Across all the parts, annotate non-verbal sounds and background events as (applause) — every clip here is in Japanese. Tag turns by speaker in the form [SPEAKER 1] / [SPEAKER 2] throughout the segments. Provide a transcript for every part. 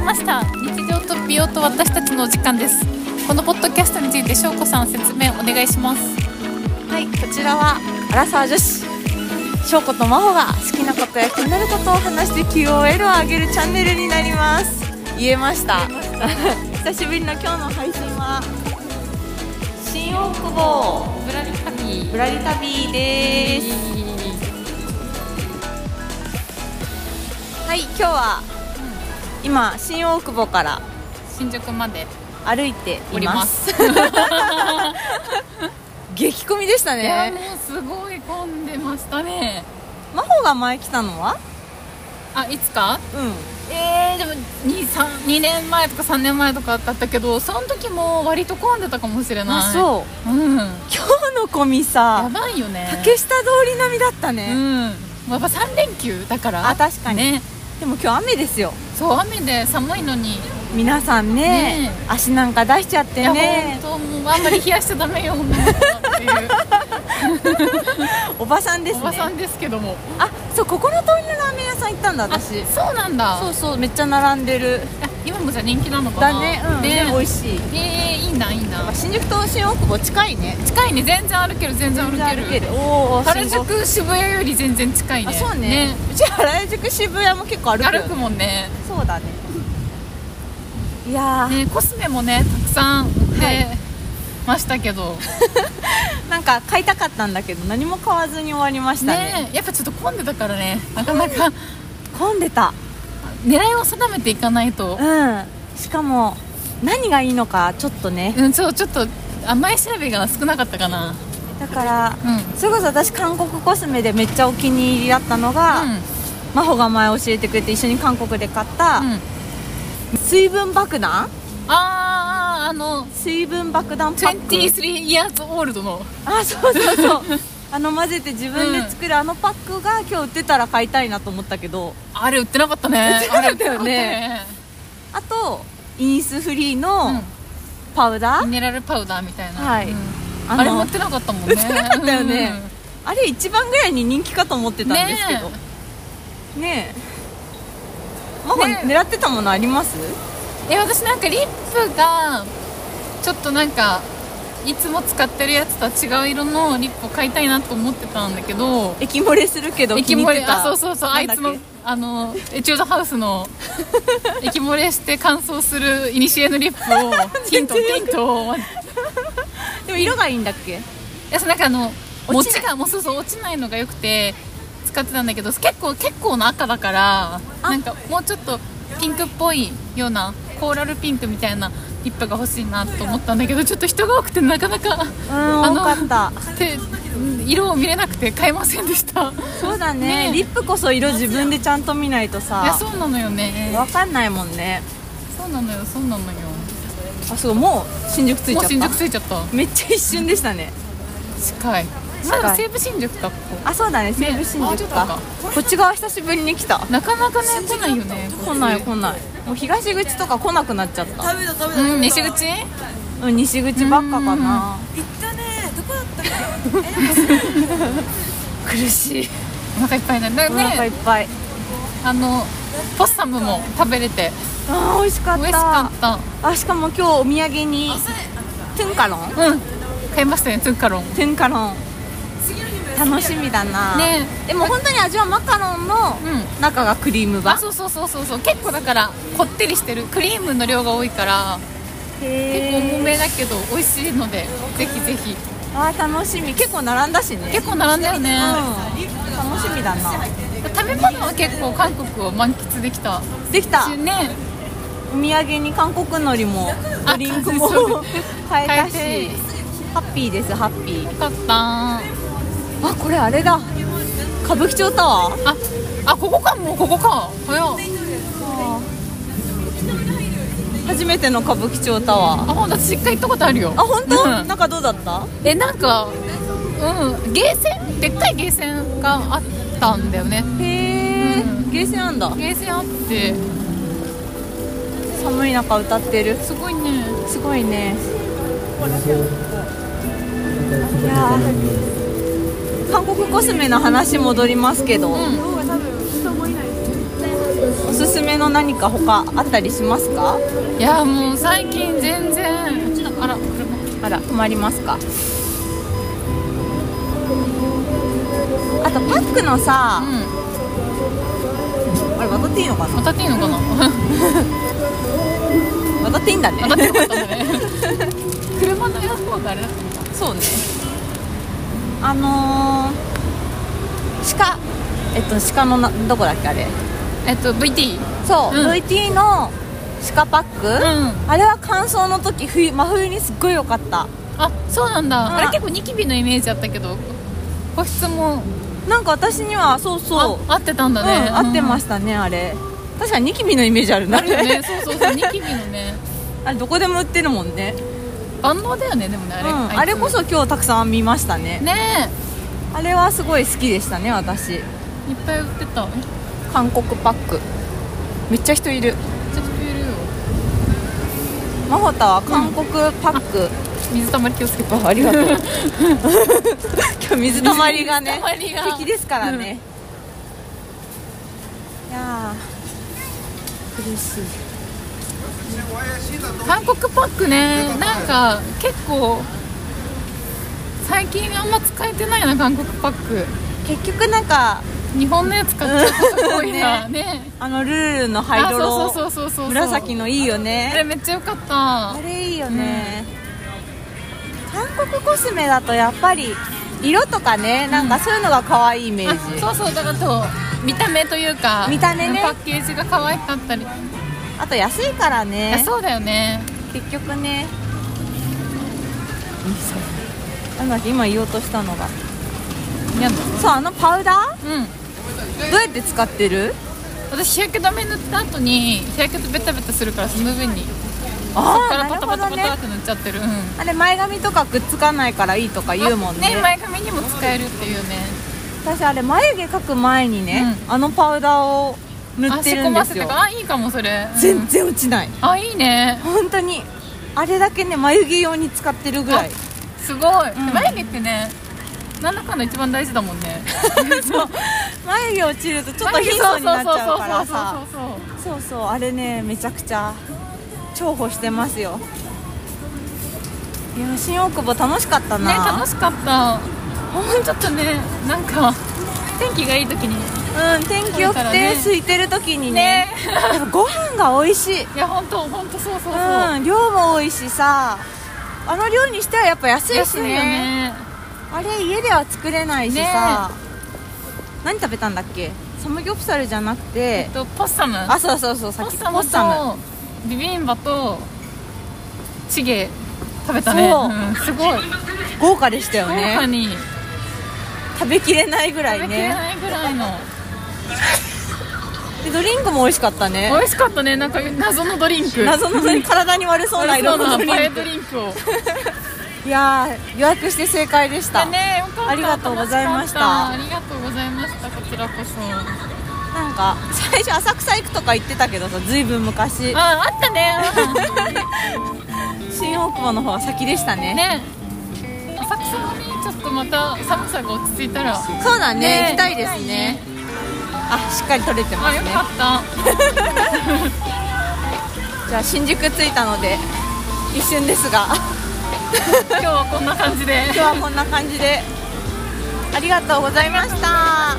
[SPEAKER 1] ました日常と美容と私たちのお時間ですこのポッドキャストについてしょうこさん説明お願いします
[SPEAKER 2] はい、こちらはアラサー女子翔子と真帆が好きなことや気になることを話して QOL を上げるチャンネルになります言えました久しぶりの今日の配信は新大久保
[SPEAKER 1] ブラリカビ
[SPEAKER 2] ぶらり旅ですはい、今日は今新大久保から
[SPEAKER 1] 新宿まで
[SPEAKER 2] 歩いて
[SPEAKER 1] お
[SPEAKER 2] い
[SPEAKER 1] り
[SPEAKER 2] ま
[SPEAKER 1] ますす
[SPEAKER 2] 激混みでした
[SPEAKER 1] いやも
[SPEAKER 2] ね
[SPEAKER 1] うすごい混んでましたね
[SPEAKER 2] 真帆が前来たのは
[SPEAKER 1] あいつか
[SPEAKER 2] う
[SPEAKER 1] えー、でも 2, 3 2年前とか3年前とかだったけどその時も割と混んでたかもしれ
[SPEAKER 2] ん
[SPEAKER 1] ない
[SPEAKER 2] あそう
[SPEAKER 1] ううんや
[SPEAKER 2] 今日の混みさ
[SPEAKER 1] ばいよね
[SPEAKER 2] 竹下通り並みだった
[SPEAKER 1] うん
[SPEAKER 2] ね、
[SPEAKER 1] まあやっぱ3連休だから
[SPEAKER 2] あ確かに、
[SPEAKER 1] ね
[SPEAKER 2] でも今日雨ですよ
[SPEAKER 1] そう雨で寒いのに
[SPEAKER 2] 皆さんね
[SPEAKER 1] ねえ
[SPEAKER 2] 足なんか出しちゃっ
[SPEAKER 1] い
[SPEAKER 2] て
[SPEAKER 1] や
[SPEAKER 2] ね
[SPEAKER 1] 本当もうあんまり冷やしちゃダメよっていう
[SPEAKER 2] おばさんです
[SPEAKER 1] お
[SPEAKER 2] ね
[SPEAKER 1] ばさんですけども
[SPEAKER 2] あそうここの通りのラーメン屋さん行ったんだ
[SPEAKER 1] あ
[SPEAKER 2] 私
[SPEAKER 1] そうなんだ
[SPEAKER 2] そうそうめっちゃ並んでる
[SPEAKER 1] あ今もじゃあ人気なのか
[SPEAKER 2] だ
[SPEAKER 1] な
[SPEAKER 2] ねうんね美味しい
[SPEAKER 1] えー、いいないいな
[SPEAKER 2] 新宿と新大久保近いね
[SPEAKER 1] 近いね全然歩ける全然歩ける
[SPEAKER 2] おお
[SPEAKER 1] 原宿渋谷より全然近いね
[SPEAKER 2] あそうねうち原宿渋谷も結構歩くよね
[SPEAKER 1] 歩くもんね
[SPEAKER 2] そうだねいやー、
[SPEAKER 1] ねコスメもねたくさん売って、
[SPEAKER 2] はい
[SPEAKER 1] ましたけど
[SPEAKER 2] なんか買いたかったんだけど何も買わずに終わりましたね
[SPEAKER 1] ねやっぱちょっと混んでたからねなかなか
[SPEAKER 2] 混んでた
[SPEAKER 1] 狙いを定めていかない
[SPEAKER 2] う
[SPEAKER 1] と
[SPEAKER 2] んしかも何がいいのかちょっとね
[SPEAKER 1] うんそうちょっと甘い調べが少なかったかな
[SPEAKER 2] だから
[SPEAKER 1] うん
[SPEAKER 2] それこそ私韓国コスメでめっちゃお気に入りだったのが、
[SPEAKER 1] うん
[SPEAKER 2] 真帆が前教えてくれて一緒に韓国で買った
[SPEAKER 1] うん
[SPEAKER 2] 水分爆弾
[SPEAKER 1] あああの
[SPEAKER 2] 水分爆弾パック
[SPEAKER 1] 23 years old の
[SPEAKER 2] あそうそうそう
[SPEAKER 1] (laughs)
[SPEAKER 2] あの混ぜて自分で作るあのパックが今日売ってたら買いたいなと思ったけど
[SPEAKER 1] あれ売ってなかったね
[SPEAKER 2] 売ってなかったよねあとインスフリー
[SPEAKER 1] あ
[SPEAKER 2] の
[SPEAKER 1] れ売ってなかったね
[SPEAKER 2] パウダー、
[SPEAKER 1] うん、ミネラルパウダーみたいな、
[SPEAKER 2] はい
[SPEAKER 1] うん
[SPEAKER 2] あ
[SPEAKER 1] あ
[SPEAKER 2] の
[SPEAKER 1] れ持ってなかったもんね
[SPEAKER 2] 売ってなかったよねあれ一番ぐらいに人気かと思ってたんですけど
[SPEAKER 1] ね
[SPEAKER 2] ねえ真帆、
[SPEAKER 1] ねえ
[SPEAKER 2] 狙ってたものあります
[SPEAKER 1] え私なんかリップがちょっとなんかいつも使ってるやつとは違う色のリップを買いたいなと思ってたんだけど
[SPEAKER 2] 液漏れするけど気
[SPEAKER 1] 液
[SPEAKER 2] に
[SPEAKER 1] 漏
[SPEAKER 2] 入って
[SPEAKER 1] れ
[SPEAKER 2] た
[SPEAKER 1] あそうそうそうあいつ
[SPEAKER 2] な
[SPEAKER 1] の
[SPEAKER 2] んだっ
[SPEAKER 1] あのエチュードハウス
[SPEAKER 2] (laughs)
[SPEAKER 1] の液漏れして乾燥するイニシエのリップをティントティントをい
[SPEAKER 2] けでも色がいいんだっけ
[SPEAKER 1] やそうなんかあの
[SPEAKER 2] 落ち
[SPEAKER 1] 餅
[SPEAKER 2] ない
[SPEAKER 1] がもうそうそう落ちないのがよくて使ってたんだけど結構結構な赤だから
[SPEAKER 2] あ
[SPEAKER 1] なんかもうちょっとピンクっぽいようなコーラルピンクみたいなリップが欲しいなと思ったんだけどちょっと人が多くてなかなか
[SPEAKER 2] うん多かった
[SPEAKER 1] で色を見れなくて買えませんでしたい
[SPEAKER 2] そうだね
[SPEAKER 1] ねえ
[SPEAKER 2] リップこそ色自分でちゃんと見ないと
[SPEAKER 1] や
[SPEAKER 2] さ
[SPEAKER 1] そうなのよね
[SPEAKER 2] わかんないもんね
[SPEAKER 1] そうなのよそうなのよ
[SPEAKER 2] あそうもう新宿着いち
[SPEAKER 1] もう
[SPEAKER 2] ゃっ
[SPEAKER 1] 新宿
[SPEAKER 2] た
[SPEAKER 1] 着いちゃった
[SPEAKER 2] めっちゃ一瞬でしたね
[SPEAKER 1] 近いまあでも西武新宿かここ
[SPEAKER 2] あそうだね西武新
[SPEAKER 1] あちょ
[SPEAKER 2] 宿
[SPEAKER 1] っと
[SPEAKER 2] か、
[SPEAKER 1] か
[SPEAKER 2] こっち側久しぶりに来た
[SPEAKER 1] なかなかね来ないよね
[SPEAKER 2] 来ない来ないもう東口とか来なくなっちゃった
[SPEAKER 1] うん西口
[SPEAKER 2] うん西口ばっかかな
[SPEAKER 1] 苦しいお腹いっぱいになる
[SPEAKER 2] お
[SPEAKER 1] だか
[SPEAKER 2] 腹
[SPEAKER 1] ら
[SPEAKER 2] いっ
[SPEAKER 1] ね
[SPEAKER 2] ぱい
[SPEAKER 1] あのポッサムも食べれて
[SPEAKER 2] あー美味しかっ
[SPEAKER 1] 美
[SPEAKER 2] た
[SPEAKER 1] 味しかった
[SPEAKER 2] あしかも今日お土産にトゥンカロン
[SPEAKER 1] うん買いましたねツッカロン
[SPEAKER 2] トゥンカロン楽しみだな、
[SPEAKER 1] ね
[SPEAKER 2] でも本当に味はマカロンの
[SPEAKER 1] う
[SPEAKER 2] 中がクリームバ
[SPEAKER 1] あそうそうそうそうそう結構だからこってりしてるクリームの量が多いから結構重めだけど美味しいのでぜひぜひ
[SPEAKER 2] あー楽しみ結構並んだしね
[SPEAKER 1] 結構並んだよ
[SPEAKER 2] うん、
[SPEAKER 1] ね、
[SPEAKER 2] 楽しみだな
[SPEAKER 1] 食べ物は結構韓国を満喫できた
[SPEAKER 2] できた
[SPEAKER 1] しね
[SPEAKER 2] お土産に韓国海苔も
[SPEAKER 1] あ
[SPEAKER 2] ドリンクも
[SPEAKER 1] そう
[SPEAKER 2] 買えたし
[SPEAKER 1] 買えて
[SPEAKER 2] ハッピーですハッピー
[SPEAKER 1] よかったあ
[SPEAKER 2] あこれあれだ歌舞伎町タワー
[SPEAKER 1] あここかもうここか早っ
[SPEAKER 2] 初めての歌舞伎町タワー
[SPEAKER 1] あほんと私一回行ったことあるよ
[SPEAKER 2] あ本当、
[SPEAKER 1] うん
[SPEAKER 2] なんかどうだった
[SPEAKER 1] えなんかうんゲーセンでっかいゲーセンがあったんだよね
[SPEAKER 2] へえ、
[SPEAKER 1] う
[SPEAKER 2] ゲーセンなんだ
[SPEAKER 1] ゲーセンあって
[SPEAKER 2] 寒い中歌ってる
[SPEAKER 1] すごいね
[SPEAKER 2] すごいねいやー韓国コスメの話戻りますけど、
[SPEAKER 1] うん
[SPEAKER 2] おすすすめの何か他あったりしますか
[SPEAKER 1] いやもう最近全然あら
[SPEAKER 2] あら止まりますかあとパックのさ、
[SPEAKER 1] う
[SPEAKER 2] あれ渡っていいのか
[SPEAKER 1] ん渡っていいのかな (laughs)
[SPEAKER 2] な渡っていいんだね
[SPEAKER 1] 渡ってよかったね (laughs) 車のエアコンってあれだっ
[SPEAKER 2] そうねあのー、鹿えっと鹿のなどこだっけあれ
[SPEAKER 1] けえっと VT
[SPEAKER 2] そう、
[SPEAKER 1] うん
[SPEAKER 2] VT の鹿パック、
[SPEAKER 1] ん
[SPEAKER 2] あれは乾燥の時冬真冬にすっごい良かった
[SPEAKER 1] あそうなんだ
[SPEAKER 2] ん
[SPEAKER 1] あれ結構ニキビのイメージだったけど保湿も
[SPEAKER 2] なんか私にはそうそう
[SPEAKER 1] あ合ってたんだね、
[SPEAKER 2] うん、合ってま
[SPEAKER 1] し
[SPEAKER 2] したねあれ確かにニキビのイメージあるな
[SPEAKER 1] あるよねそうそうそうニキビのね
[SPEAKER 2] (laughs) あれどこでも売ってるもんね
[SPEAKER 1] 万能だよねでもね
[SPEAKER 2] あ
[SPEAKER 1] あれ、
[SPEAKER 2] れ,、うん、
[SPEAKER 1] いつ
[SPEAKER 2] あれこそ今日たくさん見ましたね
[SPEAKER 1] ね
[SPEAKER 2] あれはすごい好きでしたね私
[SPEAKER 1] えいっぱい売ってたえ
[SPEAKER 2] 韓国パックめっちゃ人いる
[SPEAKER 1] めっちゃ人いるよ
[SPEAKER 2] 真帆たは韓国パック、
[SPEAKER 1] 水たまり気をつけて
[SPEAKER 2] ありがとう今日水たまりがね
[SPEAKER 1] 水たまりが
[SPEAKER 2] 敵ですからね、いやー苦しい
[SPEAKER 1] 韓国パックねなんか結構最近あんま使えてないな韓国パック
[SPEAKER 2] 結局なんか
[SPEAKER 1] 日本のやつ買っちゃったっぽい
[SPEAKER 2] (laughs)
[SPEAKER 1] なね
[SPEAKER 2] あのルールのハ
[SPEAKER 1] あ
[SPEAKER 2] イド
[SPEAKER 1] そう
[SPEAKER 2] ロ
[SPEAKER 1] そうそうそうそう
[SPEAKER 2] 紫のいいよ
[SPEAKER 1] あ
[SPEAKER 2] ね
[SPEAKER 1] れめっちゃ良かっ
[SPEAKER 2] あ
[SPEAKER 1] た
[SPEAKER 2] れいいよね、韓国コスメだとやっぱり色とかねなんかそういうのが可愛いイメージ、
[SPEAKER 1] あそうそうだからと見た目というか
[SPEAKER 2] 見た目ね
[SPEAKER 1] パッケージが可愛かったり、
[SPEAKER 2] あと安いから
[SPEAKER 1] いや
[SPEAKER 2] ね
[SPEAKER 1] そうだよね
[SPEAKER 2] 結局ねなんだっけ今言おうとしたのが
[SPEAKER 1] やだ
[SPEAKER 2] そうあのパウダ
[SPEAKER 1] うん
[SPEAKER 2] ーどうやって使ってる
[SPEAKER 1] 私日焼け止め塗った後に日焼け止めベタベタするからその上に
[SPEAKER 2] あ
[SPEAKER 1] か
[SPEAKER 2] あ
[SPEAKER 1] ら
[SPEAKER 2] な
[SPEAKER 1] パ
[SPEAKER 2] るほ
[SPEAKER 1] タパ
[SPEAKER 2] ど
[SPEAKER 1] タパ
[SPEAKER 2] ね
[SPEAKER 1] タって塗っちゃってる、うん
[SPEAKER 2] あれ前髪とかくっつかないからいいとか言うもんね
[SPEAKER 1] 前髪にも使えるっていうね
[SPEAKER 2] 私あれ眉毛描く前にね、あのパウダーを塗
[SPEAKER 1] あ
[SPEAKER 2] って
[SPEAKER 1] 仕
[SPEAKER 2] る
[SPEAKER 1] 込
[SPEAKER 2] ん
[SPEAKER 1] ま
[SPEAKER 2] で
[SPEAKER 1] せ
[SPEAKER 2] す
[SPEAKER 1] て
[SPEAKER 2] よ
[SPEAKER 1] かあいいかもそれ、うん
[SPEAKER 2] 全然落ちない
[SPEAKER 1] あいいね
[SPEAKER 2] 本当にあれだけね眉毛用に使ってるぐらい
[SPEAKER 1] すごい、
[SPEAKER 2] ん
[SPEAKER 1] 眉毛ってねなんだかんだ一番大事だもんね
[SPEAKER 2] そう眉毛落ちるとちょっと貧相になっちゃうからさ
[SPEAKER 1] そうそうそうそうそう
[SPEAKER 2] そうそうあれねめちゃくちゃ重宝してますよいや新大久保楽しかった
[SPEAKER 1] そうね
[SPEAKER 2] な、
[SPEAKER 1] 楽しかったもうちょっとねなんか天気がいい時に
[SPEAKER 2] うん天気良く
[SPEAKER 1] そうだ
[SPEAKER 2] て
[SPEAKER 1] ね
[SPEAKER 2] 空いてる時にね
[SPEAKER 1] ね
[SPEAKER 2] やっぱご飯が美味しい
[SPEAKER 1] いや本当本当そうそうそう、
[SPEAKER 2] うん量も多いしさあの量にしてはやっぱ安いし
[SPEAKER 1] 安いよ
[SPEAKER 2] ね
[SPEAKER 1] ね
[SPEAKER 2] あれ家では作れないしさ、何食べたんだっけサムギョプサルじゃなくて
[SPEAKER 1] とポッサム
[SPEAKER 2] あそうそうそうさ
[SPEAKER 1] ポ
[SPEAKER 2] っ
[SPEAKER 1] ッ
[SPEAKER 2] き
[SPEAKER 1] サム
[SPEAKER 2] ポッサム
[SPEAKER 1] とビビンバとチゲ食べたね、
[SPEAKER 2] そうん
[SPEAKER 1] すごい
[SPEAKER 2] 豪華でしたよ
[SPEAKER 1] 豪
[SPEAKER 2] ね
[SPEAKER 1] 華に
[SPEAKER 2] 食べきれないぐら
[SPEAKER 1] 食
[SPEAKER 2] い
[SPEAKER 1] べきれ
[SPEAKER 2] ね
[SPEAKER 1] ないぐらいの、
[SPEAKER 2] でドリンクも美味しかったね
[SPEAKER 1] 美味しかったねなんか謎のドリン
[SPEAKER 2] (laughs)
[SPEAKER 1] ク
[SPEAKER 2] 謎のに体に悪そうな
[SPEAKER 1] 悪
[SPEAKER 2] 色
[SPEAKER 1] そうな
[SPEAKER 2] のドリ
[SPEAKER 1] パレ
[SPEAKER 2] ン
[SPEAKER 1] ード
[SPEAKER 2] ク
[SPEAKER 1] リンクを
[SPEAKER 2] いやー予約して正解でした、
[SPEAKER 1] でねよかった
[SPEAKER 2] ありがとうございました
[SPEAKER 1] 楽かったありがとうございましたこちらこそ
[SPEAKER 2] なんか最初浅草行くとか言ってたけどさずいぶん昔
[SPEAKER 1] ああったね
[SPEAKER 2] 新大久保の方は先でしたね
[SPEAKER 1] ね浅草も (laughs) ねちょっとまた寒さが落ち着いたら
[SPEAKER 2] そうだね
[SPEAKER 1] ね
[SPEAKER 2] 行きたいですね
[SPEAKER 1] 行きたいね
[SPEAKER 2] あしっかり撮れてま
[SPEAKER 1] あ
[SPEAKER 2] す
[SPEAKER 1] よ
[SPEAKER 2] ね
[SPEAKER 1] かった
[SPEAKER 2] じゃあ新宿着いたので一瞬です (laughs) が
[SPEAKER 1] 今日はこんな感じで
[SPEAKER 2] 今日はこんな感じでありがとうございました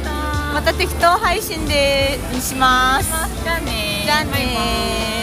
[SPEAKER 2] また適当配信でにします
[SPEAKER 1] じゃあね
[SPEAKER 2] じゃあね
[SPEAKER 1] バイバイ